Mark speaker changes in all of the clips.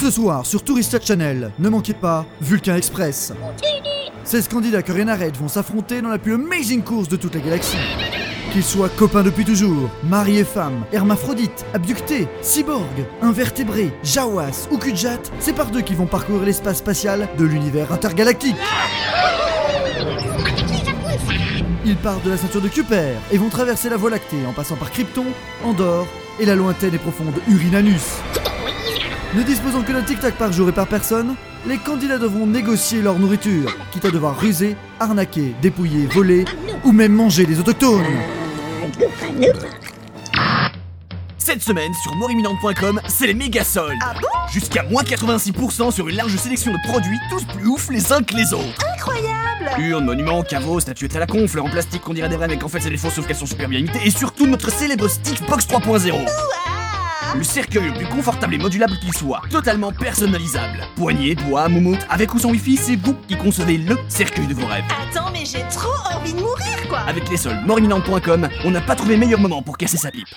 Speaker 1: Ce soir sur Tourista Channel, ne manquez pas Vulcain Express. 16 candidats que rien n'arrête vont s'affronter dans la plus amazing course de toute la galaxie. Qu'ils soient copains depuis toujours, mariés femmes, hermaphrodites, abductés, cyborgs, invertébrés, jawas ou cujat, c'est par deux qu'ils vont parcourir l'espace spatial de l'univers intergalactique. Ils partent de la ceinture de Kuiper et vont traverser la Voie lactée en passant par Krypton, Andorre et la lointaine et profonde Urinanus. Ne disposant que d'un tic-tac par jour et par personne, les candidats devront négocier leur nourriture, quitte à devoir ruser, arnaquer, dépouiller, voler ou même manger les autochtones.
Speaker 2: Cette semaine, sur moriminante.com, c'est les méga soldes. Jusqu'à moins 86% sur une large sélection de produits, tous plus ouf les uns que les autres.
Speaker 3: Incroyable
Speaker 2: Urnes, monuments, caveaux, statuettes à la con, fleurs en plastique qu'on dirait des vrais mais qu'en fait c'est des fausses sauf qu'elles sont super bien imitées, et surtout notre célèbre Stick Box 3.0. Le cercueil le plus confortable et modulable qu'il soit, totalement personnalisable. Poignée, bois, moumoute, avec ou sans wifi, c'est vous qui concevez le cercueil de vos rêves.
Speaker 3: Attends, mais j'ai trop envie de mourir, quoi
Speaker 2: Avec les soldes moriminante.com, on n'a pas trouvé meilleur moment pour casser sa pipe.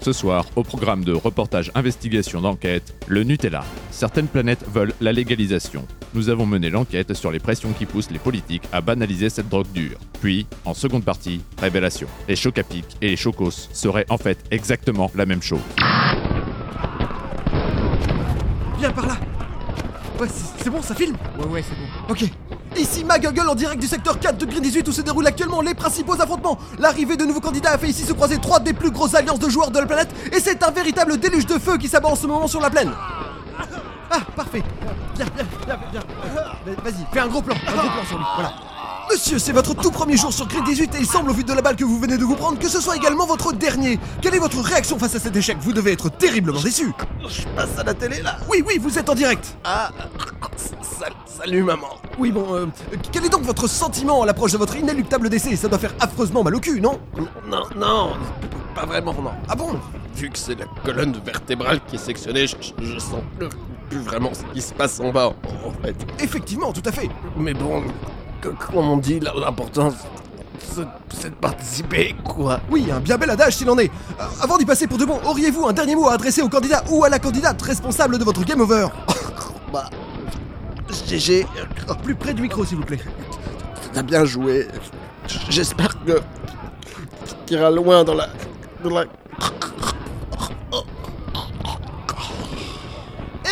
Speaker 4: Ce soir, au programme de reportage investigation d'enquête, le Nutella. Certaines planètes veulent la légalisation. Nous avons mené l'enquête sur les pressions qui poussent les politiques à banaliser cette drogue dure. Puis, en seconde partie, révélation. Les Chocapic et les Chocos seraient en fait exactement la même chose.
Speaker 1: Viens par là Ouais, c'est c'est bon, ça filme
Speaker 5: Ouais, ouais, c'est bon.
Speaker 1: Ok. Ici Magogol en direct du secteur 4 de Green 18 où se déroulent actuellement les principaux affrontements. L'arrivée de nouveaux candidats a fait ici se croiser trois des plus grosses alliances de joueurs de la planète et c'est un véritable déluge de feu qui s'abat en ce moment sur la plaine. Ah, parfait. Viens, viens, viens, viens. Euh, Vas-y, fais un gros plan, un gros plan sur lui. Voilà. Monsieur, c'est votre tout premier jour sur Green 18 et il semble au vu de la balle que vous venez de vous prendre que ce soit également votre dernier. Quelle est votre réaction face à cet échec Vous devez être terriblement déçu.
Speaker 6: Je passe à la télé là
Speaker 1: Oui, oui, vous êtes en direct.
Speaker 6: Ah sal- Salut maman
Speaker 1: Oui, bon, euh, quel est donc votre sentiment à l'approche de votre inéluctable décès Ça doit faire affreusement mal au cul, non
Speaker 6: Non, non, pas vraiment, non.
Speaker 1: Ah bon
Speaker 6: Vu que c'est la colonne vertébrale qui est sectionnée, je, je- je sens plus, plus vraiment ce qui se passe en bas, en fait.
Speaker 1: Effectivement, tout à fait.
Speaker 6: Mais bon, que- comme on dit, la- l'important, c'est c'est de participer, quoi.
Speaker 1: Oui, un bien bel adage s'il en est. Euh, avant d'y passer pour de bon, auriez-vous un dernier mot à adresser au candidat ou à la candidate responsable de votre game over
Speaker 6: Bah, GG,
Speaker 1: Plus près du micro, s'il vous plaît.
Speaker 6: t'as bien joué. J'espère que t'iras loin dans la... Dans la...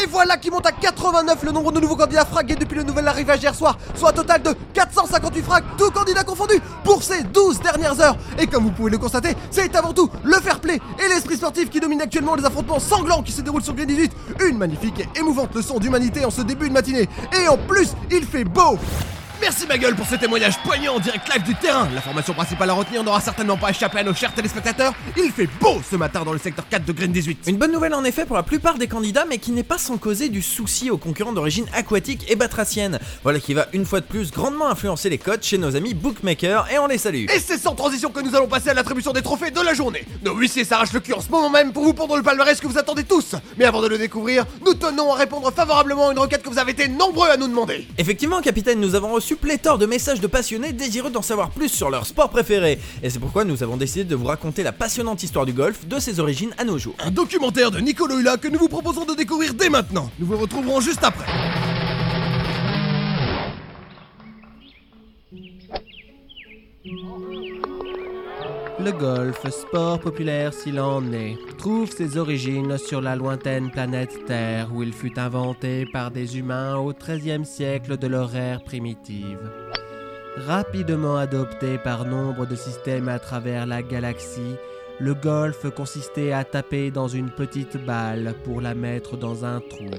Speaker 1: Et voilà qui monte à 89 le nombre de nouveaux candidats fragués depuis le nouvel arrivage hier soir, soit un total de 458 frags, tous candidats confondus, pour ces 12 dernières heures. Et comme vous pouvez le constater, c'est avant tout le fair play et l'esprit sportif qui domine actuellement les affrontements sanglants qui se déroulent sur Green 18. Une magnifique et émouvante leçon d'humanité en ce début de matinée. Et en plus, il fait beau
Speaker 5: Merci ma gueule pour ce témoignage poignant en direct live du terrain. L'information principale à retenir n'aura certainement pas échappé à nos chers téléspectateurs. Il fait beau ce matin dans le secteur 4 de Green 18.
Speaker 7: Une bonne nouvelle en effet pour la plupart des candidats, mais qui n'est pas sans causer du souci aux concurrents d'origine aquatique et batracienne. Voilà qui va une fois de plus grandement influencer les cotes chez nos amis bookmakers et on les salue.
Speaker 5: Et c'est sans transition que nous allons passer à l'attribution des trophées de la journée. Nos huissiers s'arrachent le cul en ce moment même pour vous pondre le palmarès que vous attendez tous. Mais avant de le découvrir, nous tenons à répondre favorablement à une requête que vous avez été nombreux à nous demander.
Speaker 7: Effectivement, capitaine, nous avons reçu pléthore de messages de passionnés désireux d'en savoir plus sur leur sport préféré. Et c'est pourquoi nous avons décidé de vous raconter la passionnante histoire du golf de ses origines à nos jours.
Speaker 5: Un documentaire de Nicolas Hula que nous vous proposons de découvrir dès maintenant. Nous vous retrouverons juste après.
Speaker 8: Le golf, sport populaire s'il en est, trouve ses origines sur la lointaine planète Terre où il fut inventé par des humains au XIIIe siècle de leur ère primitive. Rapidement adopté par nombre de systèmes à travers la galaxie, le golf consistait à taper dans une petite balle pour la mettre dans un trou.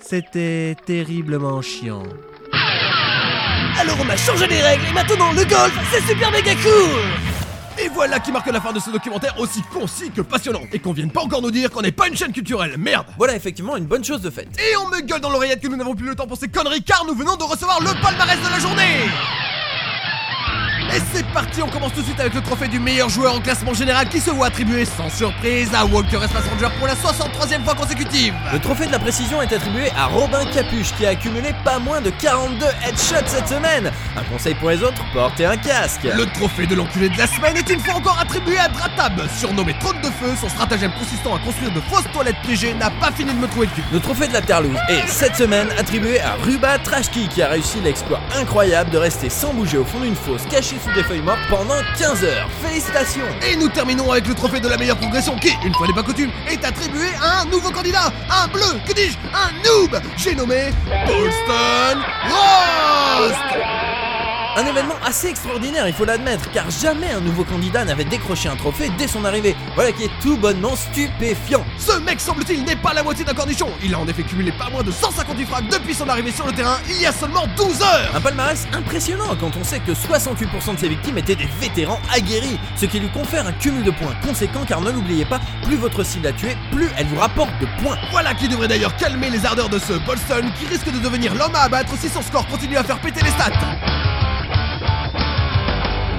Speaker 8: C'était terriblement chiant.
Speaker 5: Alors on a changé les règles et maintenant le golf, c'est super méga cool Et voilà qui marque la fin de ce documentaire aussi concis que passionnant. Et qu'on vienne pas encore nous dire qu'on n'est pas une chaîne culturelle, merde
Speaker 7: Voilà effectivement une bonne chose de faite.
Speaker 5: Et on me gueule dans l'oreillette que nous n'avons plus le temps pour ces conneries car nous venons de recevoir le palmarès de la journée Et c'est parti, on commence tout de suite avec le trophée du meilleur joueur en classement général qui se voit attribuer sans surprise à Walker Espace Ranger pour la 63e fois consécutive.
Speaker 7: Le trophée de la précision est attribué à Robin Capuche qui a accumulé pas moins de 42 headshots cette semaine. Un conseil pour les autres, portez un casque.
Speaker 5: Le trophée de l'enculé de la semaine est une fois encore attribué à Dratab. Surnommé Trône de Feu, son stratagème consistant à construire de fausses toilettes piégées n'a pas fini de me trouver le cul.
Speaker 7: Le trophée de la Tarlouse est cette semaine attribué à Ruba Trashki qui a réussi l'exploit incroyable de rester sans bouger au fond d'une fosse cachée sous des feuilles mortes pendant 15 heures. Félicitations
Speaker 5: Et nous terminons avec le trophée de la meilleure progression qui, une fois n'est pas coutume, est attribué à un nouveau candidat, un bleu, que dis-je, un noob J'ai nommé Paulston Rost
Speaker 7: Un événement assez extraordinaire, il faut l'admettre, car jamais un nouveau candidat n'avait décroché un trophée dès son arrivée. Voilà qui est tout bonnement stupéfiant.
Speaker 5: Ce mec, semble-t-il, n'est pas la moitié d'un cornichon Il a en effet cumulé pas moins de 158 frappes depuis son arrivée sur le terrain il y a seulement 12 heures
Speaker 7: Un palmarès impressionnant quand on sait que 68% de ses victimes étaient des vétérans aguerris, ce qui lui confère un cumul de points conséquent car ne l'oubliez pas, plus votre cible a tué, plus elle vous rapporte de points.
Speaker 5: Voilà qui devrait d'ailleurs calmer les ardeurs de ce Bolson qui risque de devenir l'homme à abattre si son score continue à faire péter les stats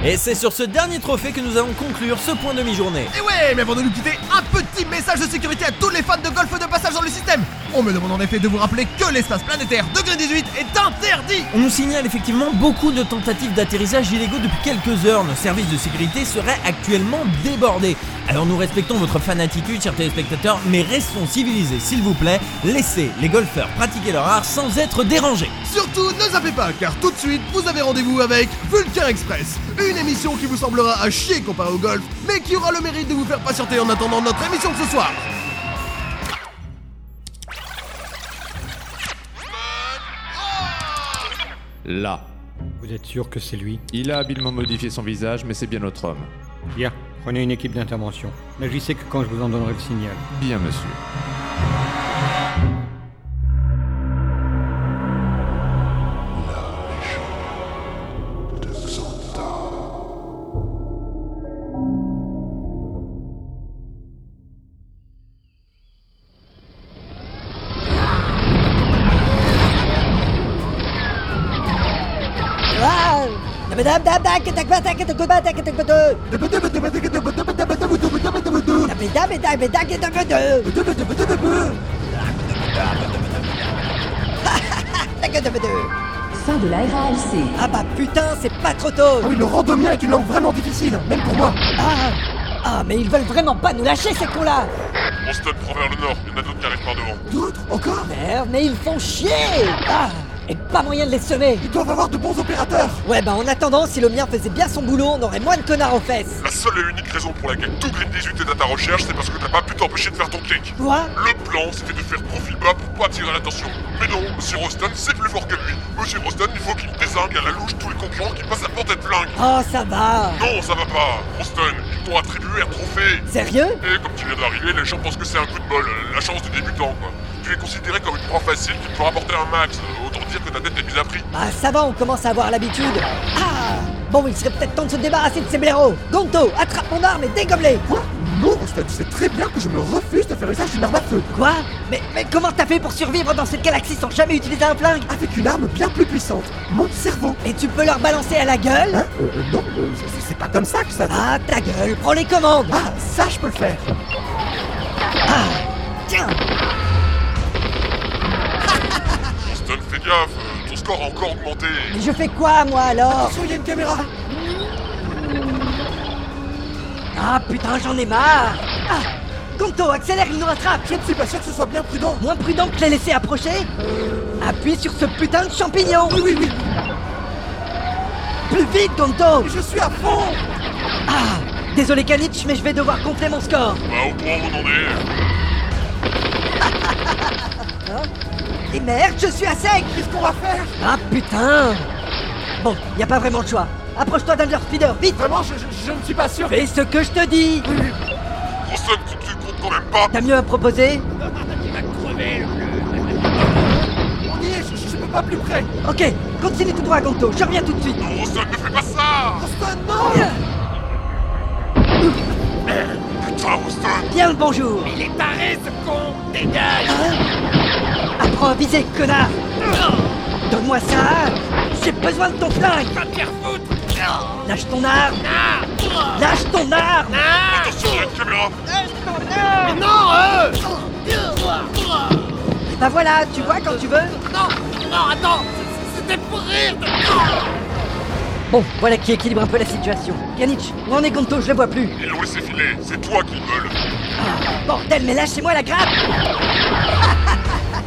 Speaker 7: Et c'est sur ce dernier trophée que nous allons conclure ce point de mi-journée.
Speaker 5: Et Eh ouais, mais avant de nous quitter, un petit message de sécurité à tous les fans de golf de passage dans le système On me demande en effet de vous rappeler que l'espace planétaire de Green 18 est interdit
Speaker 7: On nous signale effectivement beaucoup de tentatives d'atterrissage illégaux depuis quelques heures. Nos services de sécurité seraient actuellement débordés. Alors nous respectons votre fanatitude, chers téléspectateurs, mais restons civilisés, s'il vous plaît. Laissez les golfeurs pratiquer leur art sans être dérangés.
Speaker 5: Surtout, ne zappez pas, car tout de suite, vous avez rendez-vous avec Vulcain Express Une émission qui vous semblera à chier comparée au golf, mais qui aura le mérite de vous faire patienter en attendant notre émission de ce soir
Speaker 4: Là.
Speaker 9: Vous êtes sûr que c'est lui
Speaker 4: Il a habilement modifié son visage, mais c'est bien notre homme.
Speaker 9: Bien, prenez une équipe d'intervention. N'agissez que quand je vous en donnerai le signal.
Speaker 4: Bien, monsieur.
Speaker 10: Fin de la RALC.
Speaker 11: Ah bah putain, c'est pas trop tôt
Speaker 5: Ah Oui, le randomien est une langue vraiment difficile, même pour moi
Speaker 11: Ah, ah mais ils veulent vraiment pas nous lâcher ces cons-là
Speaker 12: Boston prend vers le nord, il y en a d'autres qui arrivent par devant.
Speaker 5: D'autres Encore
Speaker 11: Merde, mais ils font chier Ah Et pas moyen de les semer
Speaker 5: Ils doivent avoir de bons opérateurs
Speaker 11: Ouais bah en attendant, si le mien faisait bien son boulot, on aurait moins de connards aux fesses
Speaker 12: La seule et unique raison pour laquelle tout Green 18 est à ta recherche, c'est parce que t'as pas pu t'empêcher de faire ton clic.
Speaker 11: Quoi
Speaker 12: Le plan, c'était de faire profil bas pour pas attirer l'attention. Mais non, Monsieur Roston, c'est plus fort que lui. Monsieur Roston, il faut qu'il désingue à la louche tous les concurrents qui passent à portée de flingue.
Speaker 11: Oh ça va
Speaker 12: Non, ça va pas. Roston, ils t'ont attribué un trophée.
Speaker 11: Sérieux
Speaker 12: Et comme tu viens d'arriver, les gens pensent que c'est un coup de bol, la chance du débutant, quoi. Tu es considéré comme une proie facile qui peut rapporter un max. Autant dire que ta tête est mise à prix.
Speaker 11: Bah ça va, on commence à avoir l'habitude Ah Bon, il serait peut-être temps de se débarrasser de ces blaireaux Gonto, attrape mon arme et dégomme-les
Speaker 5: Quoi Non, Roston, tu sais très bien que je me refuse de faire usage d'une arme à feu
Speaker 11: Quoi mais, mais comment t'as fait pour survivre dans cette galaxie sans jamais utiliser un flingue
Speaker 5: Avec une arme bien plus puissante, mon cerveau
Speaker 11: Et tu peux leur balancer à la gueule
Speaker 5: Hein Euh, euh, Non, euh, c'est- c'est pas comme ça que ça va
Speaker 11: Ah, ta gueule, prends les commandes
Speaker 5: Ah, ça je peux le faire
Speaker 11: Tiens
Speaker 12: Boston, fais gaffe, euh, ton score a encore augmenté.
Speaker 11: Mais je fais quoi, moi, alors
Speaker 5: Attention, il y a une caméra
Speaker 11: Ah, putain, j'en ai marre Ah Gonto, accélère, il nous rattrape
Speaker 5: Je ne suis pas sûr que ce soit bien prudent Euh.
Speaker 11: Moins prudent que les laisser approcher Appuie sur ce putain de champignon
Speaker 5: Oui, oui, oui,
Speaker 11: Plus vite, Gonto
Speaker 5: je suis à fond
Speaker 11: Ah Désolé, Kalitch, mais je vais devoir gonfler mon score
Speaker 12: Bah, au point où on en est.
Speaker 11: Et merde, je suis à sec
Speaker 5: Qu'est-ce qu'on va faire
Speaker 11: Ah, putain Bon, y a pas vraiment le choix. Approche-toi d'un speeder, vite
Speaker 5: Vraiment, je, je- je ne suis pas sûr
Speaker 11: Fais ce que je te dis
Speaker 12: Boston, tu, tu comptes quand même pas.
Speaker 11: T'as mieux à proposer
Speaker 5: On y est, je, je- je peux pas plus près Oh,
Speaker 11: Ok, continue tout droit, Gonto, je reviens tout de suite
Speaker 12: Non, Boston, ne fais pas ça
Speaker 5: Roston, non
Speaker 12: Putain, Boston
Speaker 11: Bien le bonjour
Speaker 5: Il est taré ce con Dégage
Speaker 11: Apprends à viser, Hein connard Donne-moi ça J'ai besoin de ton flingue
Speaker 5: Va te faire foutre Ah.
Speaker 11: Lâche ton arme Lâche ton arme
Speaker 12: Attention à la caméra
Speaker 11: Mais
Speaker 13: hein
Speaker 11: Bah voilà, tu vois quand tu veux
Speaker 14: Non Non, attends c- C'était pour rire
Speaker 11: Bon, voilà qui équilibre un peu la situation. Yanitch, où en est Gonto Je le vois plus.
Speaker 12: Ils l'ont laissé filer, c'est toi qu'ils veulent
Speaker 11: Bordel, mais lâchez-moi la grappe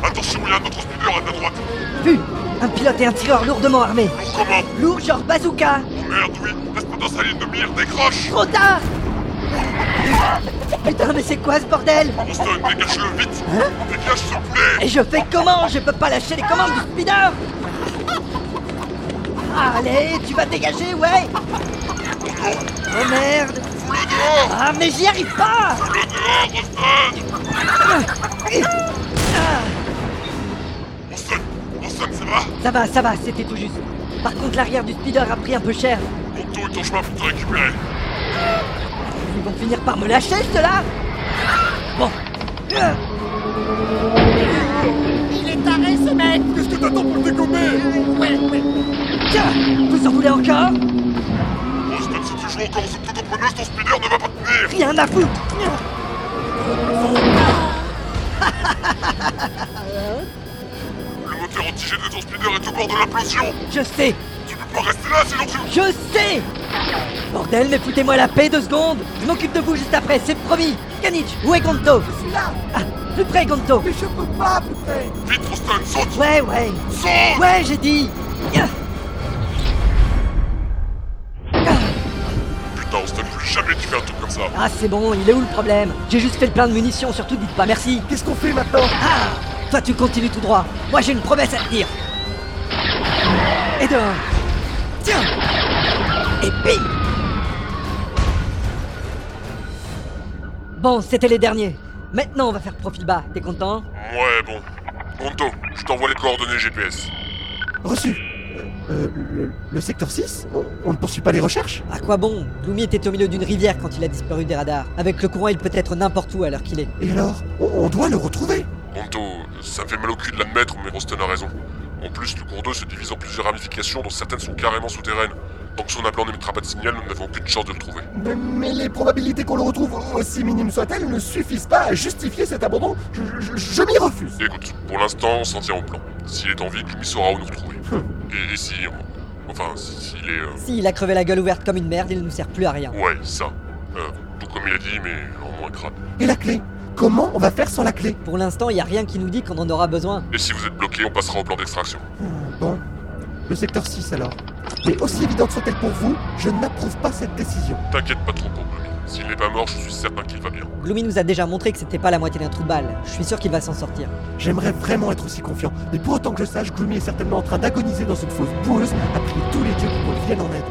Speaker 12: Attention, il y a un autre speeder à ta droite
Speaker 11: Vu Un pilote et un tireur lourdement armés.
Speaker 12: Comment
Speaker 11: Lourd genre bazooka
Speaker 12: Merde, oui Reste pas dans sa ligne de mire, décroche
Speaker 11: Trop tard Putain, mais c'est quoi ce bordel Hein
Speaker 12: Houston, dégage-le vite Dégage ce poulet
Speaker 11: Et je fais comment Je peux pas lâcher les commandes du speeder Allez, tu vas dégager, ouais Oh merde Ah, mais j'y arrive pas Ah.
Speaker 12: Houston, ça va
Speaker 11: Ça va, ça va, c'était tout juste. Par contre, l'arrière du speeder a pris un peu cher.
Speaker 12: Mon dos est ton chemin pour te récupérer
Speaker 11: Ils vont finir par me lâcher, ceux-là Bon.
Speaker 14: Il est taré, ce mec
Speaker 12: Qu'est-ce que t'attends pour le dégommer
Speaker 14: Ouais, ouais
Speaker 11: Tiens Vous en voulez encore
Speaker 12: Oh, Houston, si tu joues encore aux autopreneuse, ton speeder ne va pas tenir
Speaker 11: Rien à foutre
Speaker 12: Le moteur antigène de ton speeder est au bord de l'implosion
Speaker 11: Je sais
Speaker 12: Tu peux pas rester là, sinon tu...
Speaker 11: Je sais Bordel, mais foutez-moi la paix deux secondes Je m'occupe de vous juste après, c'est promis Kanich, où est Gonto Je suis là Ah, plus près, Gonto Mais je peux pas, putain
Speaker 12: Vite, Houston, saute
Speaker 11: Ouais, ouais
Speaker 12: Saute
Speaker 11: Ouais, j'ai dit
Speaker 12: Putain, Houston, plus jamais tu fais un truc comme ça
Speaker 11: Ah, c'est bon, il est où le problème J'ai juste fait le plein de munitions, surtout dites pas merci Qu'est-ce qu'on fait maintenant Ah Toi, tu continues tout droit Moi, j'ai une promesse à te dire Et dehors Tiens Et bim Bon, c'était les derniers. Maintenant, on va faire profil bas. T'es content
Speaker 12: Ouais, bon. Gonto, je t'envoie les coordonnées GPS.
Speaker 1: Reçu Euh, le, le secteur 6 on, on ne poursuit pas les recherches
Speaker 11: À quoi bon Gloomy était au milieu d'une rivière quand il a disparu des radars. Avec le courant, il peut être n'importe où à l'heure qu'il est.
Speaker 1: Et alors on, on doit le retrouver
Speaker 12: Gonto, ça me fait mal au cul de l'admettre, mais Rosten a raison. En plus, le cours d'eau se divise en plusieurs ramifications dont certaines sont carrément souterraines. Donc si on appelant n'émettra pas de signal, nous n'avons aucune chance de le trouver.
Speaker 1: mais, mais les probabilités qu'on le retrouve, aussi minimes soient-elles, ne suffisent pas à justifier cet abandon. Je, je- je- je m'y refuse.
Speaker 12: Écoute, pour l'instant, on s'en tient au plan. S'il est en vie, Gloomy saura où nous retrouver. Et, et si... on- Enfin, si- s'il est... euh,
Speaker 11: S'il a crevé la gueule ouverte comme une merde, il ne nous sert plus à rien.
Speaker 12: Ouais, ça. Euh, tout comme il a dit, mais en moins grave.
Speaker 11: Et la clé Comment on va faire sans la clé Pour l'instant, il n'y a rien qui nous dit qu'on en aura besoin.
Speaker 12: Et si vous êtes bloqué, on passera au plan d'extraction.
Speaker 1: Euh, Bon, le secteur 6 alors. Mais aussi évidente soit-elle pour vous, je n'approuve pas cette décision.
Speaker 12: T'inquiète pas trop pour Gloomy. S'il n'est pas mort, je suis certain qu'il va bien.
Speaker 11: Gloomy nous a déjà montré que c'était pas la moitié d'un trou de balle. Je suis sûr qu'il va s'en sortir.
Speaker 1: J'aimerais vraiment être aussi confiant, mais pour autant que je sache, Gloomy est certainement en train d'agoniser dans cette fosse boueuse, à prier tous les dieux qui viennent en aide.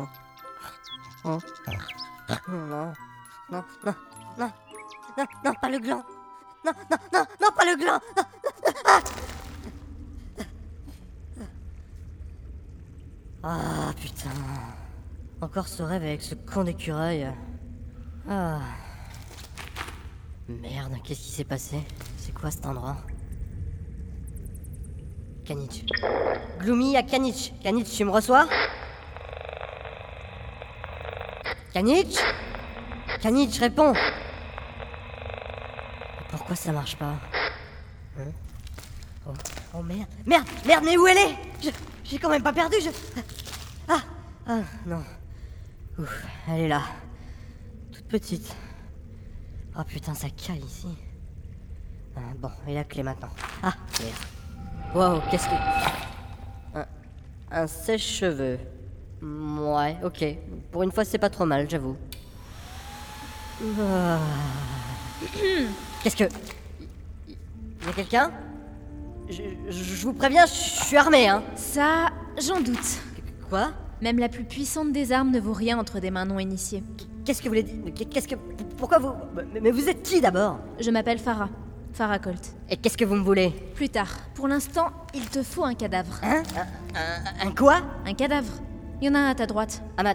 Speaker 14: Non, non, non, non, non, non, pas le gland Non, non, non, non, pas le gland Non, non, ah Ah putain. Encore ce rêve avec ce con d'écureuil. Ah. Merde, qu'est-ce qui s'est passé C'est quoi cet endroit Kanich. Gloomy à Kanich. Kanich, tu me reçois Kanich Kanich, réponds Pourquoi ça marche pas Hein oh, oh, merde Merde Merde, mais où elle est Je- J'ai quand même pas perdu, je... Ah Ah, non. Ouf, elle est là. Toute petite. Oh putain, ça caille ici. Ah, bon, et la clé maintenant. Ah, merde. Wow, qu'est-ce que... Un, un sèche-cheveux. Ouais, ok. Pour une fois, c'est pas trop mal, j'avoue. Ah. Qu'est-ce que. Y a quelqu'un je, je- je vous préviens, je suis armé, hein
Speaker 15: Ça, j'en doute.
Speaker 14: Quoi
Speaker 15: Même la plus puissante des armes ne vaut rien entre des mains non initiées.
Speaker 14: Qu'est-ce que vous voulez dire Qu'est-ce que. Pourquoi vous. Mais- Mais vous êtes qui d'abord
Speaker 15: Je m'appelle Farah. Farah Colt.
Speaker 14: Et qu'est-ce que vous me voulez
Speaker 15: Plus tard. Pour l'instant, il te faut un cadavre.
Speaker 14: Hein un, un- un quoi
Speaker 15: Un cadavre. Il y en a un à ta droite.
Speaker 14: Ah ma...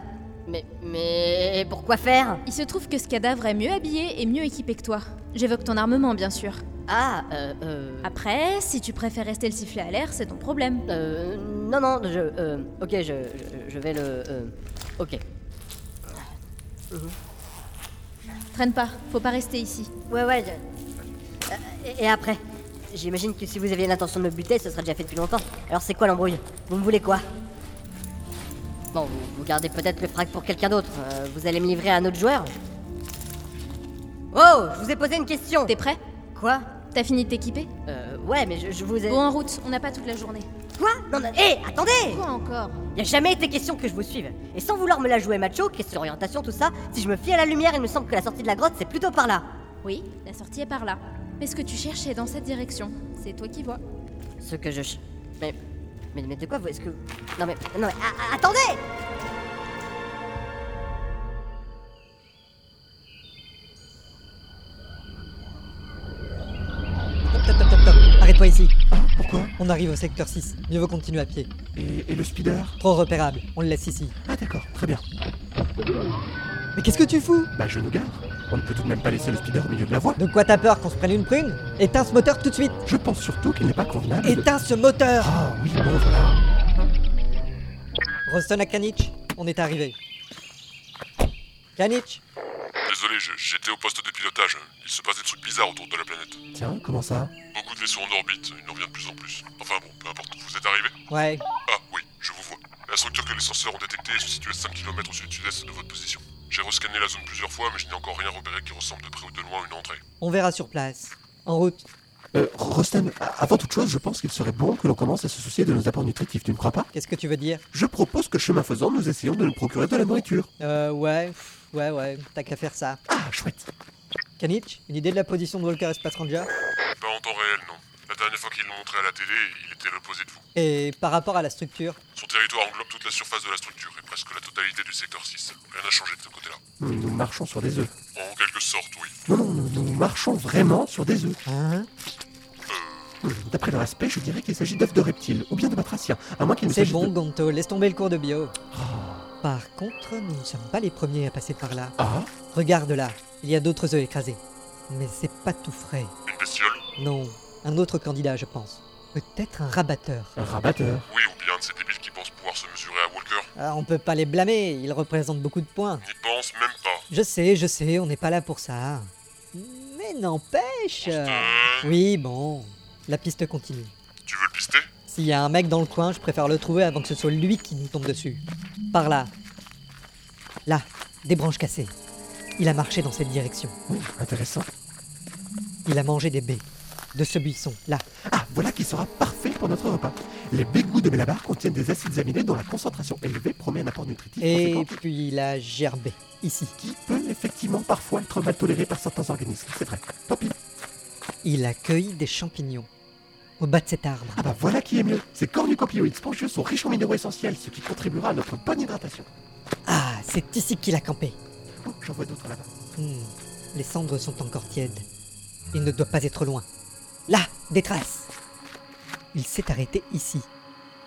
Speaker 14: Mais... Mais... Pourquoi faire
Speaker 15: Il se trouve que ce cadavre est mieux habillé et mieux équipé que toi. J'évoque ton armement, bien sûr.
Speaker 14: Ah, euh... euh...
Speaker 15: Après, si tu préfères rester le sifflet à l'air, c'est ton problème.
Speaker 14: Euh... Non, non, je... euh, ok, je, je, je vais le... euh, ok.
Speaker 15: Traîne pas, faut pas rester ici.
Speaker 14: Ouais, ouais, je- Euh, et- Et après J'imagine que si vous aviez l'intention de me buter, ce serait déjà fait depuis longtemps. Alors c'est quoi l'embrouille Vous me voulez quoi Bon, vous, vous gardez peut-être le frag pour quelqu'un d'autre. Euh, vous allez me livrer à un autre joueur Oh Je vous ai posé une question
Speaker 15: T'es prêt
Speaker 14: Quoi
Speaker 15: T'as fini de t'équiper
Speaker 14: Euh, ouais, mais je, je vous ai...
Speaker 15: Go en route, on n'a pas toute la journée.
Speaker 14: Quoi Non, non, hé, attendez
Speaker 15: Quoi encore
Speaker 14: Il a jamais été question que je vous suive. Et sans vouloir me la jouer macho, question orientation, tout ça, si je me fie à la lumière, il me semble que la sortie de la grotte, c'est plutôt par là.
Speaker 15: Oui, la sortie est par là. Mais ce que tu cherches est dans cette direction. C'est toi qui vois.
Speaker 14: Ce que je... ch- Mais... Mais, mais de quoi vous... Est-ce que... Non mais... Non mais... a- a- attendez
Speaker 16: Top, top, top, top. Arrête-toi ici. Pourquoi On arrive au secteur 6. Mieux vaut continuer à pied. Et, le speeder Trop repérable. On le laisse ici. Ah d'accord, très bien. Mais qu'est-ce que tu fous
Speaker 17: Bah je nous garde. On ne peut tout de même pas laisser le speeder au milieu de la voie.
Speaker 16: De quoi t'as peur qu'on se prenne une prune Éteins ce moteur tout de suite
Speaker 17: Je pense surtout qu'il n'est pas convenable. de-
Speaker 16: Éteins ce moteur
Speaker 17: Ah oui, bon voilà.
Speaker 16: Roston à Kanich, on est arrivé. Kanich
Speaker 12: Désolé, je- j'étais au poste de pilotage. Il se passe des trucs bizarres autour de la planète.
Speaker 17: Tiens, comment ça
Speaker 12: Beaucoup de vaisseaux en orbite, il en vient de plus en plus. Enfin bon, peu importe, vous êtes arrivés
Speaker 16: Ouais.
Speaker 12: Ah oui, je vous vois. La structure que les censeurs ont détectée se situe à 5 km au sud-sud-est de votre position. J'ai rescanné la zone plusieurs fois, mais je n'ai encore rien repéré qui ressemble de près ou de loin à une entrée.
Speaker 16: On verra sur place. En route.
Speaker 17: Euh, Rostam, a- avant toute chose, je pense qu'il serait bon que l'on commence à se soucier de nos apports nutritifs, tu ne crois pas
Speaker 16: Qu'est-ce que tu veux dire
Speaker 17: Je propose que chemin faisant, nous essayons de nous procurer de la nourriture.
Speaker 16: Euh, ouais, pff, ouais, ouais, t'as qu'à faire ça.
Speaker 17: Ah, chouette
Speaker 16: Kanich, une idée de la position de Walker Espace Ranger
Speaker 12: Pas en temps réel, non. La dernière fois qu'ils l'ont montré à la télé, il était à l'opposé de vous.
Speaker 16: Et par rapport à la structure
Speaker 12: Son territoire englobe toute la surface de la structure et presque la totalité du secteur 6. Rien n'a changé de ce côté-là.
Speaker 17: Nous, nous marchons sur des œufs.
Speaker 12: En quelque sorte, oui.
Speaker 17: Non, non, nous, nous marchons vraiment sur des œufs.
Speaker 16: Hein
Speaker 17: Hum, D'après leur aspect, je dirais qu'il s'agit d'œufs de reptiles, ou bien de batraciens, à moins qu'il ne
Speaker 16: C'est
Speaker 17: s'agisse
Speaker 16: bon,
Speaker 17: de-
Speaker 16: Gonto, laisse tomber le cours de bio.
Speaker 17: Oh.
Speaker 16: Par contre, nous ne sommes pas les premiers à passer par là.
Speaker 17: Ah
Speaker 16: Regarde là, il y a d'autres œufs écrasés. Mais c'est pas tout frais.
Speaker 12: Une bestiole
Speaker 16: Non, un autre candidat, je pense. Peut-être un rabatteur.
Speaker 17: Un rabatteur
Speaker 12: Oui, ou bien de ces débiles qui pensent pouvoir se mesurer à Walker.
Speaker 16: Ah, on peut pas les blâmer, ils représentent beaucoup de points.
Speaker 12: N'y pense même pas.
Speaker 16: Je sais, je sais, on n'est pas là pour ça. Mais n'empêche. euh, Oui, bon, la piste continue.
Speaker 12: Tu veux le pister
Speaker 16: S'il y a un mec dans le coin, je préfère le trouver avant que ce soit lui qui nous tombe dessus. Par là. Là, des branches cassées. Il a marché dans cette direction.
Speaker 17: Intéressant.
Speaker 16: Il a mangé des baies. De ce buisson, là.
Speaker 17: Ah, voilà qui sera parfait pour notre repas. Les bégouts de Mélabar contiennent des acides aminés dont la concentration élevée promet un apport nutritif
Speaker 16: Et
Speaker 17: conséquent
Speaker 16: puis il a gerbé, ici.
Speaker 17: qui peut effectivement parfois être mal toléré par certains organismes. C'est vrai. Tant pis.
Speaker 16: Il a cueilli des champignons. Au bas de cet arbre.
Speaker 17: Ah bah voilà qui est mieux. Ces cornucopioïdes spongieux sont riches en minéraux essentiels, ce qui contribuera à notre bonne hydratation.
Speaker 16: Ah, c'est ici qu'il a campé.
Speaker 17: Oh, j'en vois d'autres là-bas.
Speaker 16: Hmm, les cendres sont encore tièdes. Il ne doit pas être loin. Là, des traces. Il s'est arrêté ici,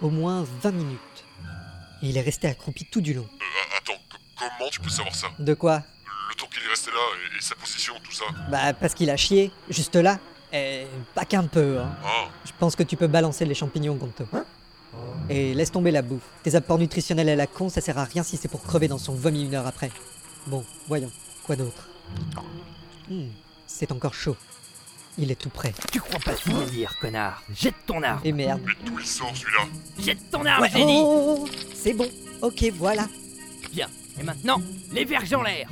Speaker 16: au moins 20 minutes. Et il est resté accroupi tout du long.
Speaker 12: Euh, a- attends, co- comment tu peux savoir ça
Speaker 16: De quoi
Speaker 12: Le temps qu'il est resté là et, et sa position, tout ça.
Speaker 16: Bah parce qu'il a chié, juste là. Et pas qu'un peu, hein.
Speaker 12: Ah,
Speaker 16: Je pense que tu peux balancer les champignons, Gonto.
Speaker 13: Hein
Speaker 16: Et laisse tomber la bouffe. Tes apports nutritionnels à la con, ça sert à rien si c'est pour crever dans son vomi une heure après. Bon, voyons. Quoi d'autre Hmm, C'est encore chaud. Il est tout près.
Speaker 13: Tu crois pas ce délire, connard Jette ton arme
Speaker 16: Et merde.
Speaker 12: mais d'où il sort celui-là
Speaker 13: Jette ton arme,
Speaker 16: Ouais,
Speaker 13: j'ai dit
Speaker 16: oh, C'est bon. Ok, voilà.
Speaker 14: Oh.
Speaker 13: Bien. Et maintenant, les verges en l'air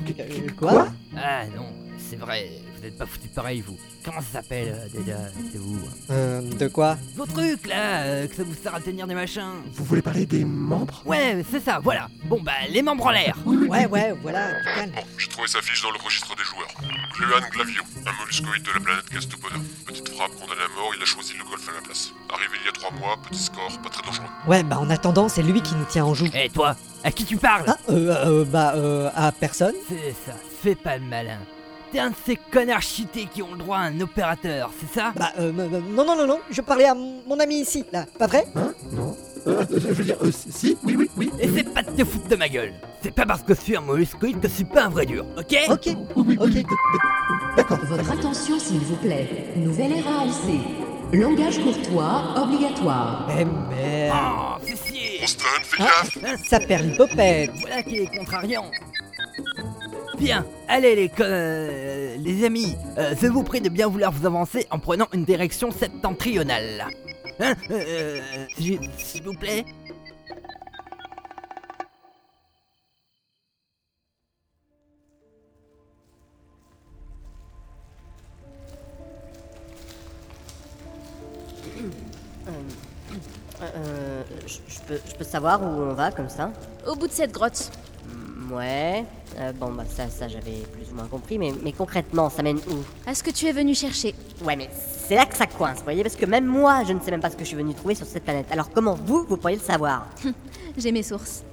Speaker 16: Quoi
Speaker 13: Ah non, c'est vrai, vous n'êtes pas foutus pareil, vous. Comment ça s'appelle, euh, déjà C'est vous hein
Speaker 16: Euh, de quoi
Speaker 13: Vos trucs, là, euh, que ça vous sert à tenir des machins
Speaker 17: Vous voulez parler des membres
Speaker 13: Ouais, c'est ça, voilà. Bon, bah, les membres en l'air
Speaker 16: Ouais, ouais, voilà, tu calmes.
Speaker 12: J'ai trouvé sa fiche dans le registre des joueurs. Gluan Glavio, un molluscoïde de la planète Castopoda. Petite frappe condamnée à mort, il a choisi le golf à la place. Arrivé il y a 3 mois, petit score, pas très dangereux.
Speaker 16: Ouais, bah en attendant, c'est lui qui nous tient en joue.
Speaker 13: Et toi Eh, À qui tu parles
Speaker 16: Ah, euh, euh, bah, euh, à personne
Speaker 13: C'est ça, fais pas le malin. T'es un de ces connards cheatés qui ont le droit à un opérateur, c'est ça
Speaker 17: Euh,
Speaker 16: Bah, euh, non, non, non, non, je parlais à mon mon ami ici, là, pas vrai
Speaker 17: Hein Non euh, je veux dire, euh, si, oui, oui, oui.
Speaker 13: Essaie pas de te foutre de ma gueule. C'est pas parce que je suis un molluscoïde que je suis pas un vrai dur, ok
Speaker 10: Ok, ok. Votre attention, s'il vous plaît. Nouvelle RALC. Langage courtois obligatoire.
Speaker 16: Eh merde.
Speaker 13: Oh, ceci
Speaker 16: Ah, ça perd l'hypopète.
Speaker 13: Voilà qui est contrariant. Bien, allez les co- euh, les amis, euh, je vous prie de bien vouloir vous avancer en prenant une direction septentrionale. Hein euh, euh, j'ai- S'il vous plaît
Speaker 14: Euh, je- je peux, je peux savoir où on va comme ça Mm,
Speaker 15: Au bout de cette grotte.
Speaker 14: Ouais. Euh, bon, bah ça, ça j'avais plus ou moins compris, mais, mais concrètement, ça mène où
Speaker 15: À ce que tu es venu chercher.
Speaker 14: Ouais, mais c'est là que ça coince, vous voyez, parce que même moi, je ne sais même pas ce que je suis venu trouver sur cette planète. Alors comment vous, vous pourriez le savoir Hum,
Speaker 15: J'ai mes sources.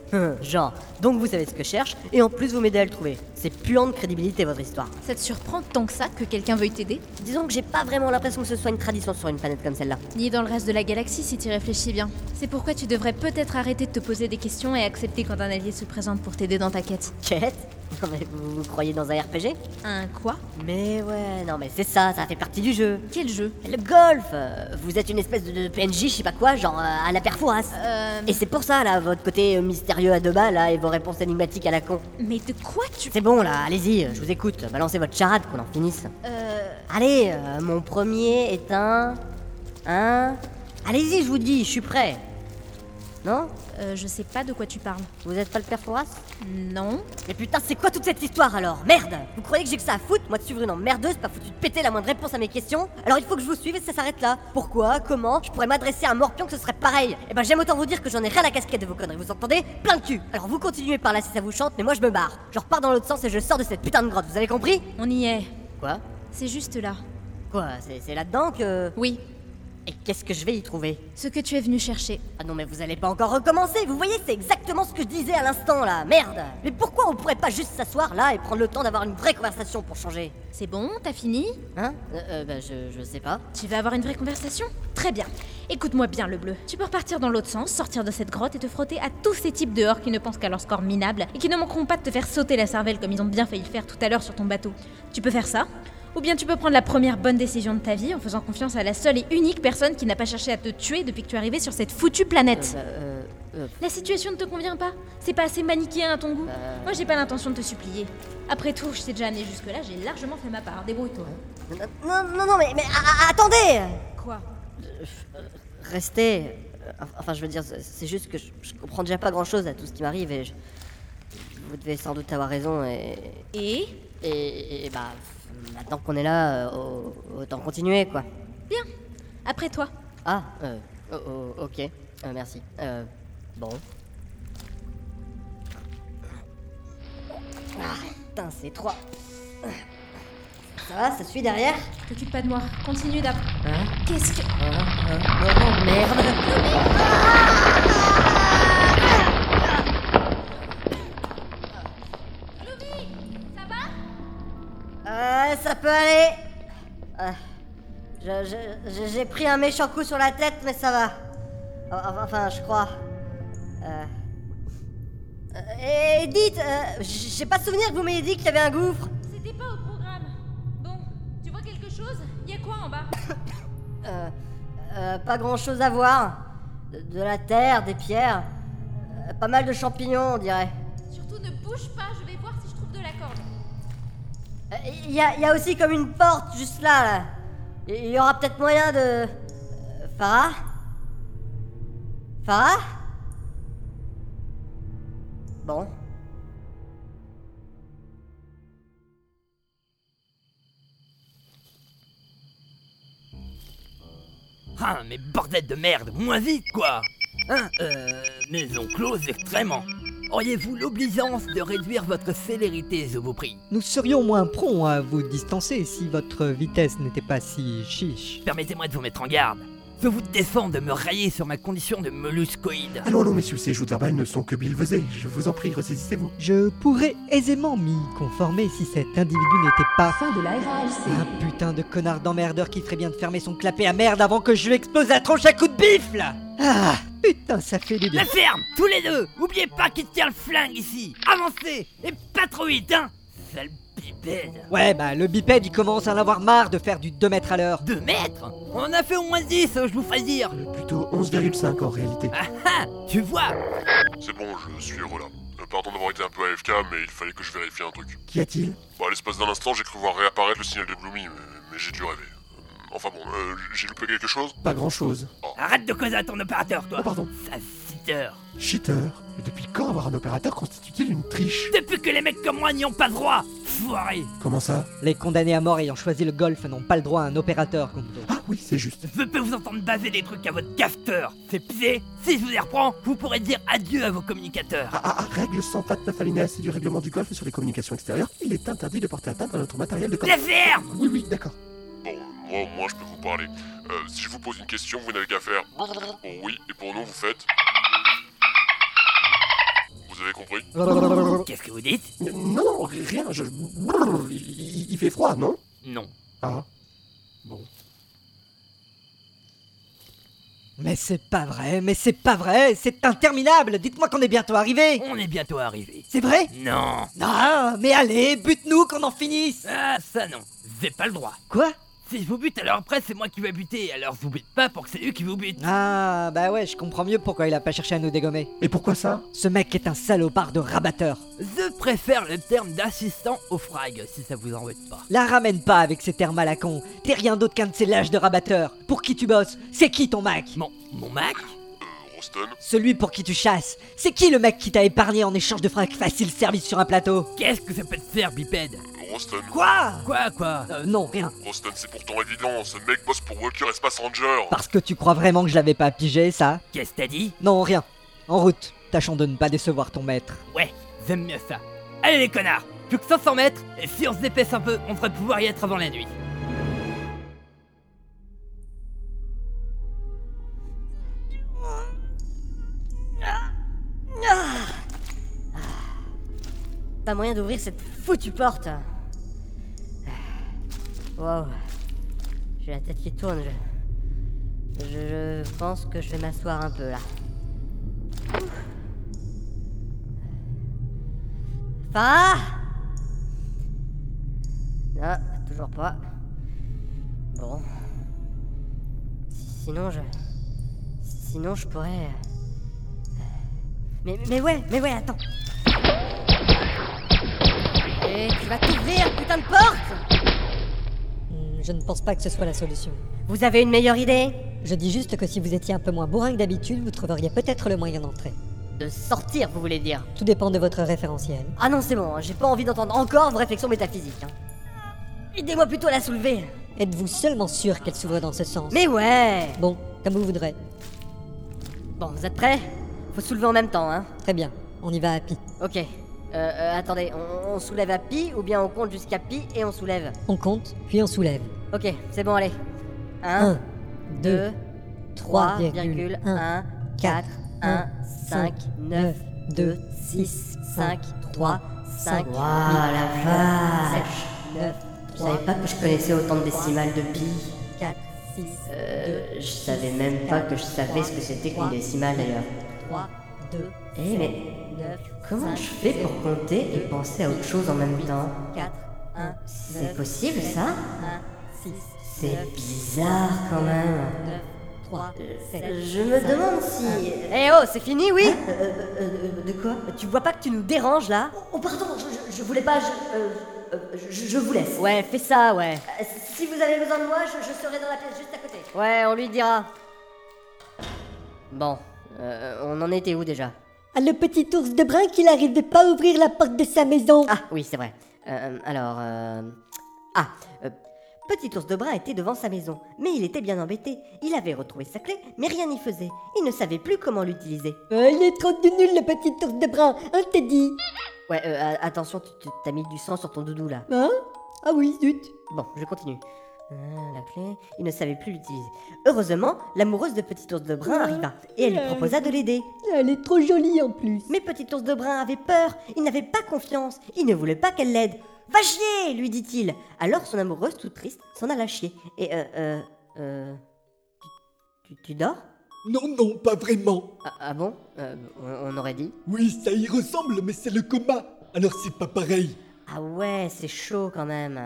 Speaker 14: Genre, donc vous savez ce que je cherche, et en plus vous m'aidez à le trouver. C'est puant de crédibilité votre histoire.
Speaker 15: Ça te surprend tant que ça que quelqu'un veuille t'aider
Speaker 14: Disons que j'ai pas vraiment l'impression que ce soit une tradition sur une planète comme celle-là.
Speaker 15: Ni dans le reste de la galaxie si tu réfléchis bien. C'est pourquoi tu devrais peut-être arrêter de te poser des questions et accepter quand un allié se présente pour t'aider dans ta quête.
Speaker 14: Quête Non mais vous, vous croyez dans un RPG
Speaker 15: Un quoi
Speaker 14: Mais ouais, non mais c'est ça, ça fait partie du jeu.
Speaker 15: Quel jeu
Speaker 14: Le golf euh, Vous êtes une espèce de, de PNJ, je sais pas quoi, genre euh, à la perforace.
Speaker 15: Euh,
Speaker 14: Et c'est pour ça là, votre côté euh, mystérieux à deux balles là, et vos réponses énigmatiques à la con.
Speaker 15: Mais de quoi tu...
Speaker 14: C'est bon là, allez-y, euh, je vous écoute, balancez votre charade qu'on en finisse.
Speaker 15: Euh...
Speaker 14: Allez, euh, mon premier est un... Un... Allez-y, je vous dis, je suis prêt. Non
Speaker 15: euh, je sais pas de quoi tu parles.
Speaker 14: Vous êtes pas le perforas
Speaker 15: Non.
Speaker 14: Mais putain, c'est quoi toute cette histoire alors Merde Vous croyez que j'ai que ça à foutre Moi de suivre une emmerdeuse, pas foutu de péter la moindre réponse à mes questions Alors il faut que je vous suive et ça s'arrête là. Pourquoi Comment Je pourrais m'adresser à un morpion que ce serait pareil. Et ben j'aime autant vous dire que j'en ai rien la casquette de vos conneries, vous entendez Plein de cul Alors vous continuez par là si ça vous chante, mais moi je me barre. Je repars dans l'autre sens et je sors de cette putain de grotte, vous avez compris
Speaker 15: On y est.
Speaker 14: Quoi
Speaker 15: C'est juste là.
Speaker 14: Quoi C'est c'est là-dedans que...
Speaker 15: Oui.
Speaker 14: Et qu'est-ce que je vais y trouver
Speaker 15: Ce que tu es venu chercher.
Speaker 14: Ah non mais vous allez pas encore recommencer, vous voyez c'est exactement ce que je disais à l'instant là, merde Mais pourquoi on pourrait pas juste s'asseoir là et prendre le temps d'avoir une vraie conversation pour changer
Speaker 15: C'est bon, t'as fini
Speaker 14: Hein euh, euh, bah, je, je sais pas.
Speaker 15: Tu vas avoir une vraie conversation Très bien. Écoute-moi bien, le bleu. Tu peux repartir dans l'autre sens, sortir de cette grotte et te frotter à tous ces types dehors qui ne pensent qu'à leur score minable et qui ne manqueront pas de te faire sauter la cervelle comme ils ont bien failli le faire tout à l'heure sur ton bateau. Tu peux faire ça ou bien tu peux prendre la première bonne décision de ta vie en faisant confiance à la seule et unique personne qui n'a pas cherché à te tuer depuis que tu es arrivé sur cette foutue
Speaker 14: Euh, bah,
Speaker 15: planète. La situation ne te convient pas C'est pas assez manichéen à ton goût
Speaker 14: Euh.
Speaker 15: Moi j'ai pas l'intention de te supplier. Après tout, je t'ai déjà amené jusque-là, j'ai largement fait ma part, débrouille-toi.
Speaker 14: Euh, Non, non, non, mais, mais a- a- attendez Euh,
Speaker 15: Quoi
Speaker 14: Restez... euh, Enfin, je veux dire, c'est- c'est juste que je, je comprends déjà pas grand-chose à tout ce qui m'arrive et je- Vous devez sans doute avoir raison et...
Speaker 15: Et
Speaker 14: Et, et bah... Maintenant qu'on est là, euh, au- autant continuer, quoi.
Speaker 15: Bien, après toi.
Speaker 14: Ah, euh... oh, oh, ok, Euh, merci. Euh... Bon. Ah, putain, c'est trois. Ça va, ça suit derrière
Speaker 15: T'occupe pas de moi, continue d'après.
Speaker 14: Hein
Speaker 15: Qu'est-ce que. Ah,
Speaker 14: Oh merde Euh, ça peut aller. Euh, je- je- je- J'ai pris un méchant coup sur la tête, mais ça va. Enfin, enfin, je crois. Euh, euh, Et dites, euh, j- j'ai pas de souvenir que vous m'ayez dit qu'il y avait un gouffre.
Speaker 15: C'était pas au programme. Bon, tu vois quelque chose Y'a quoi en bas
Speaker 14: Euh, euh, pas grand chose à voir. De, de la terre, des pierres. Euh, pas mal de champignons, on dirait.
Speaker 15: Surtout ne bouge pas, je vais voir si je trouve de la corde.
Speaker 14: Euh, Il y, a- y a aussi comme une porte juste là. là. Il y aura peut-être moyen de. Euh, Farah Farah Bon.
Speaker 13: Ah, mais bordel de merde, moins vite, quoi Hein Euh... Maison close, extrêmement Auriez-vous l'obligeance de réduire votre célérité, je vous prie
Speaker 16: Nous serions moins prompts à vous distancer si votre vitesse n'était pas si chiche.
Speaker 13: Permettez-moi de vous mettre en garde. Je vous défends de me railler sur ma condition de molluscoïde.
Speaker 17: Allons, allons, messieurs, ces joues verbales ne sont que mille vesées. Je vous en prie, ressaisissez-vous.
Speaker 16: Je pourrais aisément m'y conformer si cet individu n'était pas
Speaker 10: Fin de la RALC.
Speaker 16: un putain de connard d'emmerdeur qui ferait bien de fermer son clapet à merde avant que je lui explose la tronche à coups de bifle Ah, Putain, ça fait du bien.
Speaker 13: La ferme, tous les deux Oubliez pas qu'il tient le flingue ici Avancez Et pas trop vite, hein Sale bipède
Speaker 16: Ouais, bah le bipède, il commence à en avoir marre de faire du 2 mètres à l'heure.
Speaker 13: 2 mètres On a fait au moins 10, je vous ferai dire
Speaker 17: Plutôt 11,5 en réalité.
Speaker 13: Ah, tu vois
Speaker 12: C'est bon, je suis heureux là. Euh, pardon d'avoir été un peu AFK, mais il fallait que je vérifie un truc.
Speaker 17: Qu'y a-t-il
Speaker 12: Bon, Bah, à l'espace d'un instant, j'ai cru voir réapparaître le signal de Bloomy, mais, mais j'ai dû rêver. Euh, Enfin bon, euh, j'ai loupé quelque chose
Speaker 17: Pas grand-chose.
Speaker 13: Arrête de causer à ton opérateur,
Speaker 17: Oh,
Speaker 13: toi Pardon Ça citeur
Speaker 17: Cheater. Mais depuis quand avoir un opérateur constitue-t-il une triche
Speaker 13: Depuis que les mecs comme moi n'y ont pas droit Foiré
Speaker 17: Comment ça
Speaker 16: Les condamnés à mort ayant choisi le golf n'ont pas le droit à un opérateur, Gonto.
Speaker 17: Ah Oui, c'est juste.
Speaker 13: Je peux vous entendre baser des trucs à votre cafeteur C'est pisé Si je vous les reprends, vous pourrez dire adieu à vos communicateurs
Speaker 17: Ah, règle 129 alinéa c'est du règlement du golf sur les communications extérieures, il est interdit de porter atteinte à notre matériel de
Speaker 13: La ferme
Speaker 17: Oui, oui, d'accord.
Speaker 12: euh, Moi, au moins, je peux vous parler. Euh, si je vous pose une question, vous n'avez qu'à faire pour oui et pour non, vous faites. Vous avez compris
Speaker 13: Qu'est-ce que vous dites
Speaker 17: Non, rien, je... Il, il fait froid, non
Speaker 13: Non.
Speaker 17: Ah,
Speaker 16: Mais c'est pas vrai, mais c'est pas vrai, c'est interminable. Dites-moi qu'on est bientôt arrivé.
Speaker 13: On est bientôt arrivé.
Speaker 16: C'est vrai
Speaker 13: Non
Speaker 17: hein
Speaker 16: Ah, mais allez, bute-nous qu'on en finisse.
Speaker 13: Ah, ça non J'ai pas le droit
Speaker 16: Quoi
Speaker 13: Si je vous bute, alors après, c'est moi qui vais buter, alors je vous bute pas pour que c'est eux qui vous butent
Speaker 16: Ah, bah ouais, je comprends mieux pourquoi il a pas cherché à nous dégommer.
Speaker 17: Et pourquoi ça
Speaker 16: Ce mec est un salopard de rabatteur.
Speaker 13: Je préfère le terme d'assistant au frag, si ça vous embête pas.
Speaker 16: La ramène pas avec ces termes à la con. T'es rien d'autre qu'un de ces lâches de rabatteur. Pour qui tu bosses C'est qui ton Mac
Speaker 13: Mon Mac
Speaker 12: Euh, Roston
Speaker 16: Celui pour qui tu chasses C'est qui le mec qui t'a épargné en échange de fringues faciles service sur un plateau
Speaker 13: Qu'est-ce que ça peut te faire, bipède
Speaker 12: Roston
Speaker 16: Quoi
Speaker 13: Quoi, quoi
Speaker 16: Euh, non, rien.
Speaker 12: Roston, Oh, c'est pourtant évident, ce mec bosse pour Walker Espace Ranger
Speaker 16: Parce que tu crois vraiment que je l'avais pas pigé, ça
Speaker 13: Qu'est-ce que t'as dit
Speaker 16: Non, rien. En route, tâchons de ne pas décevoir ton maître.
Speaker 13: Ouais, j'aime mieux ça. Allez les connards, plus que 500 mètres, et si on se dépêche un peu, on devrait pouvoir y être avant la nuit.
Speaker 14: Ah Pas moyen d'ouvrir cette foutue porte. Wow. J'ai la tête qui tourne. Je... je- je pense que je vais m'asseoir un peu là. Ouf. Farah Non, toujours pas. Bon. Si- Sinon je... Sinon je pourrais... Mais, mais ouais, mais ouais, attends. Et tu vas t'ouvrir, putain de porte
Speaker 10: Je ne pense pas que ce soit la solution.
Speaker 14: Vous avez une meilleure idée
Speaker 10: Je dis juste que si vous étiez un peu moins bourrin que d'habitude, vous trouveriez peut-être le moyen d'entrer.
Speaker 14: De sortir, vous voulez dire
Speaker 10: Tout dépend de votre référentiel.
Speaker 14: Ah non, c'est bon, hein, j'ai pas envie d'entendre encore vos réflexions métaphysiques. hein. Aidez-moi plutôt à la soulever.
Speaker 10: Êtes-vous seulement sûr qu'elle s'ouvre dans ce sens
Speaker 14: Mais ouais
Speaker 10: Bon, comme vous voudrez.
Speaker 14: Bon, vous êtes prêts Faut soulever en même temps, hein
Speaker 10: Très bien, on y va à Pi.
Speaker 14: Ok. Euh, euh, attendez, on, on soulève à pi ou bien on compte jusqu'à pi et on soulève
Speaker 10: On compte, puis on soulève.
Speaker 14: Ok, c'est bon, allez. 1,
Speaker 10: Un,
Speaker 14: 2,
Speaker 10: 3,
Speaker 14: 3,1, 4, 1, 5, 9, 2, 6, 5, 3, 5,
Speaker 10: Waouh,
Speaker 14: la vache 9, Je savais pas que je connaissais autant de décimales de pi.
Speaker 10: 4, 6,
Speaker 14: Euh, je savais même pas que je savais ce que c'était qu'une décimale d'ailleurs.
Speaker 10: 3, 2,
Speaker 14: Eh mais, comment je fais pour compter et penser à autre chose en même temps
Speaker 10: 4, 1,
Speaker 14: C'est possible ça
Speaker 10: 6,
Speaker 14: C'est bizarre quand même.
Speaker 10: 3, 7.
Speaker 14: Je me demande si. Eh oh, c'est fini, oui euh, De quoi Tu vois pas que tu nous déranges là Oh, pardon, je, je- je voulais pas. Je, euh, euh, je, je vous laisse. Ouais, fais ça, ouais. si vous avez besoin de moi, je, je serai dans la pièce juste à côté. Ouais, on lui dira. Bon, euh, on en était où déjà
Speaker 10: Ah, le petit ours de brun qui n'arrivait pas à ouvrir la porte de sa maison.
Speaker 14: Ah, oui, c'est vrai. Euh, alors. euh, Ah, euh, Petit ours de brun était devant sa maison, mais il était bien embêté. Il avait retrouvé sa clé, mais rien n'y faisait. Il ne savait plus comment l'utiliser.
Speaker 10: Euh, il est trop du nul, le petit ours de brun, hein, t'es dit
Speaker 14: Ouais, euh, a- attention, tu tu- t'as mis du sang sur ton doudou là.
Speaker 10: Hein Ah oui, zut.
Speaker 14: Bon, je continue. Euh, la clé, il ne savait plus l'utiliser. Heureusement, l'amoureuse de Petit Ours de Brun arriva et elle lui proposa de l'aider.
Speaker 10: Ah, Elle est trop jolie en plus.
Speaker 14: Mais Petit Ours de Brun avait peur, il n'avait pas confiance, il ne voulait pas qu'elle l'aide. Va chier lui dit-il. Alors son amoureuse, toute triste, s'en alla chier. Et euh, euh, euh. Tu, tu- tu dors
Speaker 18: Non, non, pas vraiment.
Speaker 14: Ah, ah bon Euh, on, on aurait dit
Speaker 18: Oui, ça y ressemble, mais c'est le coma. Alors c'est pas pareil.
Speaker 14: Ah ouais, c'est chaud quand même.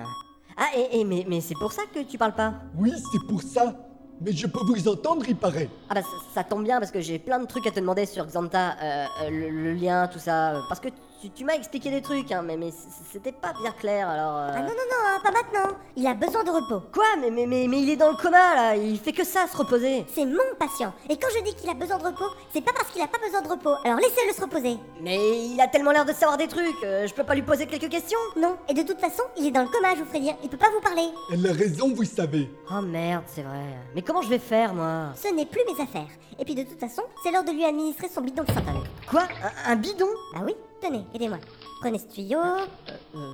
Speaker 14: Ah, et, et- mais, mais c'est pour ça que tu parles pas
Speaker 18: Oui, c'est pour ça. Mais je peux vous entendre, il paraît.
Speaker 14: Ah bah ça, ça tombe bien parce que j'ai plein de trucs à te demander sur Xanta, euh, euh, le, le lien, tout ça. euh, Parce que tu, tu m'as expliqué des trucs, hein, mais, mais c- c'était pas bien clair alors. Ah non, non,
Speaker 19: hein,
Speaker 14: non, pas maintenant Il a besoin de repos. Quoi mais, mais, mais, mais il est dans le coma là, il fait que ça se reposer.
Speaker 19: C'est mon patient. Et quand je dis qu'il a besoin de repos, c'est pas parce qu'il a pas besoin de repos. Alors laissez-le se reposer.
Speaker 14: Mais il a tellement l'air de savoir des trucs, euh, je peux pas lui poser quelques questions
Speaker 19: Non, et de toute façon, il est dans le coma, je vous ferai dire. Il peut pas vous parler.
Speaker 18: Elle a raison, vous savez.
Speaker 14: Oh merde, c'est vrai. Mais comment je vais faire moi
Speaker 19: Ce n'est plus mes affaires. Et puis de toute façon, c'est l'heure de lui administrer son bidon xanthal.
Speaker 14: Quoi un, bidon
Speaker 19: Bah oui, tenez, aidez-moi. Prenez ce tuyau.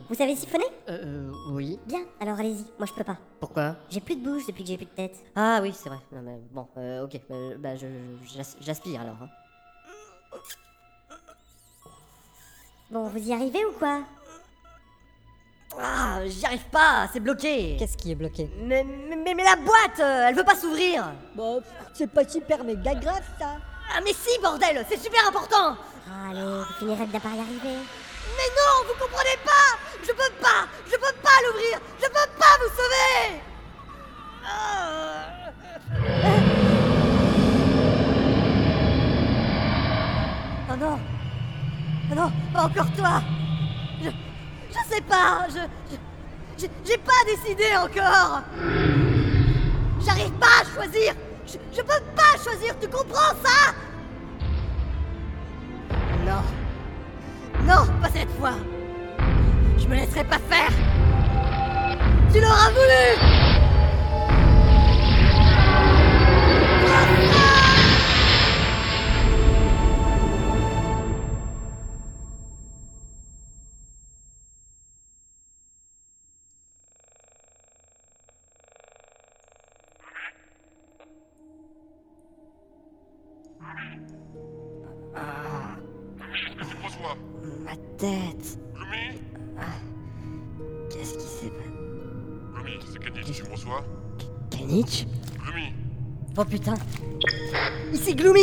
Speaker 19: Vous savez siphonner
Speaker 14: Euh, oui.
Speaker 19: Bien, alors allez-y, moi je peux pas.
Speaker 14: Pourquoi
Speaker 19: J'ai plus de bouche depuis que j'ai plus de tête.
Speaker 14: Ah oui, c'est vrai. Non, mais bon, euh, ok, euh, bah je, j'as- j'aspire alors. hein.
Speaker 19: Bon, vous y arrivez ou quoi
Speaker 14: Ah, j'y arrive pas, c'est bloqué.
Speaker 16: Qu'est-ce qui est bloqué
Speaker 14: Mais, mais, mais- mais la boîte, euh, elle veut pas s'ouvrir.
Speaker 16: Bon, c'est pas super méga grave ça.
Speaker 14: Ah mais si, bordel, c'est super important.
Speaker 19: Oh, Allez, vous finirez de ne pas y arriver.
Speaker 14: Mais non, vous comprenez pas Je peux pas, je peux pas l'ouvrir, je peux pas vous sauver. Ah. Oh non, oh non, pas encore toi. Je, je sais pas, je, je- j'ai- j'ai pas décidé encore. J'arrive pas à choisir. Je, je peux pas choisir, tu comprends ça Non. Non, pas cette fois. Je me laisserai pas faire. Tu l'auras voulu. Ma tête. Ah, Qu'est-ce qui s'est passé
Speaker 12: Lumi, c'est Kenich, tu me reçois
Speaker 14: Kanich
Speaker 12: Lumi,
Speaker 14: Oh putain. Ici Gloomy.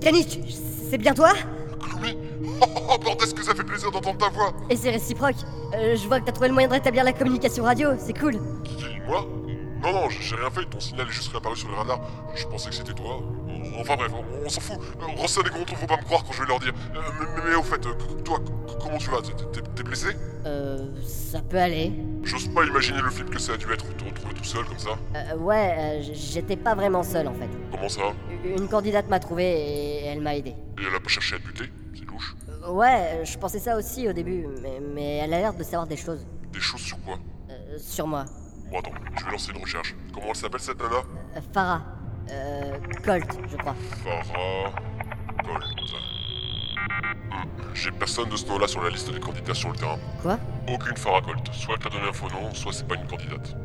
Speaker 14: Kanich, c'est bien toi
Speaker 12: oh, oh, oh bordel, ce que ça fait plaisir d'entendre ta voix
Speaker 14: Et c'est réciproque. Euh, je vois que t'as trouvé le moyen de rétablir la communication radio, c'est cool.
Speaker 12: Qui, moi Non, non, j'ai j'ai rien fait, ton signal est juste réapparu sur le radar. Je pensais que c'était toi. Euh, Enfin bref, on, on s'en fout. Euh, Russell et Gontron vont pas me croire quand je vais leur dire. Euh, mais, mais- mais au fait, euh, toi, c- comment tu vas T'es- t'es- T'es blessé
Speaker 14: Euh, ça peut aller.
Speaker 12: J'ose pas imaginer le flip que ça a dû être de te retrouver tout seul comme ça.
Speaker 14: Euh, ouais, euh, j- j'étais pas vraiment seule en fait.
Speaker 12: Comment ça
Speaker 14: Une candidate m'a trouvé et elle m'a aidé.
Speaker 12: Et elle a pas cherché à te buter C'est louche.
Speaker 14: Ouais, euh, je pensais ça aussi au début, mais, mais elle a l'air de savoir des choses
Speaker 12: Des choses sur quoi
Speaker 14: euh, sur moi.
Speaker 12: Bon attends, je vais lancer une recherche. Comment elle s'appelle cette nana
Speaker 14: Euh, Farah. Euh, Colt, je crois.
Speaker 12: Farah Colt. Hmm, J'ai personne de ce nom-là sur la liste des candidats sur le terrain.
Speaker 14: Quoi
Speaker 12: Aucune Farah Colt. Soit elle t'a donné un faux nom, soit c'est pas une candidate.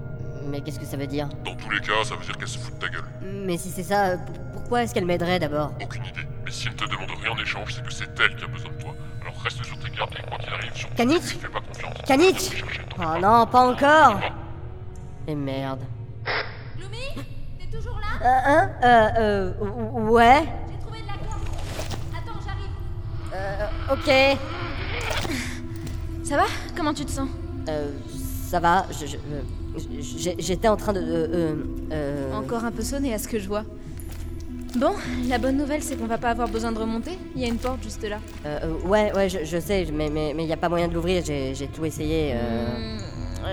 Speaker 14: Mais qu'est-ce que ça veut dire
Speaker 12: Dans tous les cas, ça veut dire qu'elle se fout de ta gueule.
Speaker 14: Mais si c'est ça, euh, pour- pourquoi est-ce qu'elle m'aiderait d'abord
Speaker 12: Aucune idée. Mais si elle te demande rien en échange, c'est que c'est elle qui a besoin de toi. Alors reste sur tes gardes et quoi qu'il arrive, surtout ne
Speaker 14: Kanich
Speaker 12: lui fais pas confiance.
Speaker 14: Kanich Oh non, pas encore Et merde. Gloomy T'es toujours là Hein Euh, euh, ou- ouais J'ai trouvé de la Attends, j'arrive
Speaker 15: Ça va Comment tu te sens
Speaker 14: Euh, ok. Euh, ça va, je... je- euh, j'ai- J'étais en train de... de- euh, euh,
Speaker 15: Encore un peu sonné à ce que je vois. Bon, la bonne nouvelle, c'est qu'on va pas avoir besoin de remonter. Il y a une porte juste là.
Speaker 14: euh, euh, ouais, ouais, je, je sais, mais mais mais y a pas moyen de l'ouvrir. J'ai j'ai tout essayé. euh.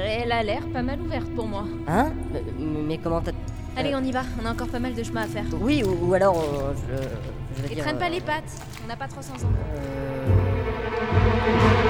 Speaker 15: Elle a l'air pas mal ouverte pour moi.
Speaker 14: Hein mais, mais comment t'as
Speaker 15: Allez, on y va. On a encore pas mal de chemin à faire.
Speaker 14: Oui, ou, ou alors euh, je, je veux
Speaker 15: Et
Speaker 14: dire.
Speaker 15: traîne pas
Speaker 14: euh,
Speaker 15: les pattes. On n'a pas 300 ans.
Speaker 14: euh,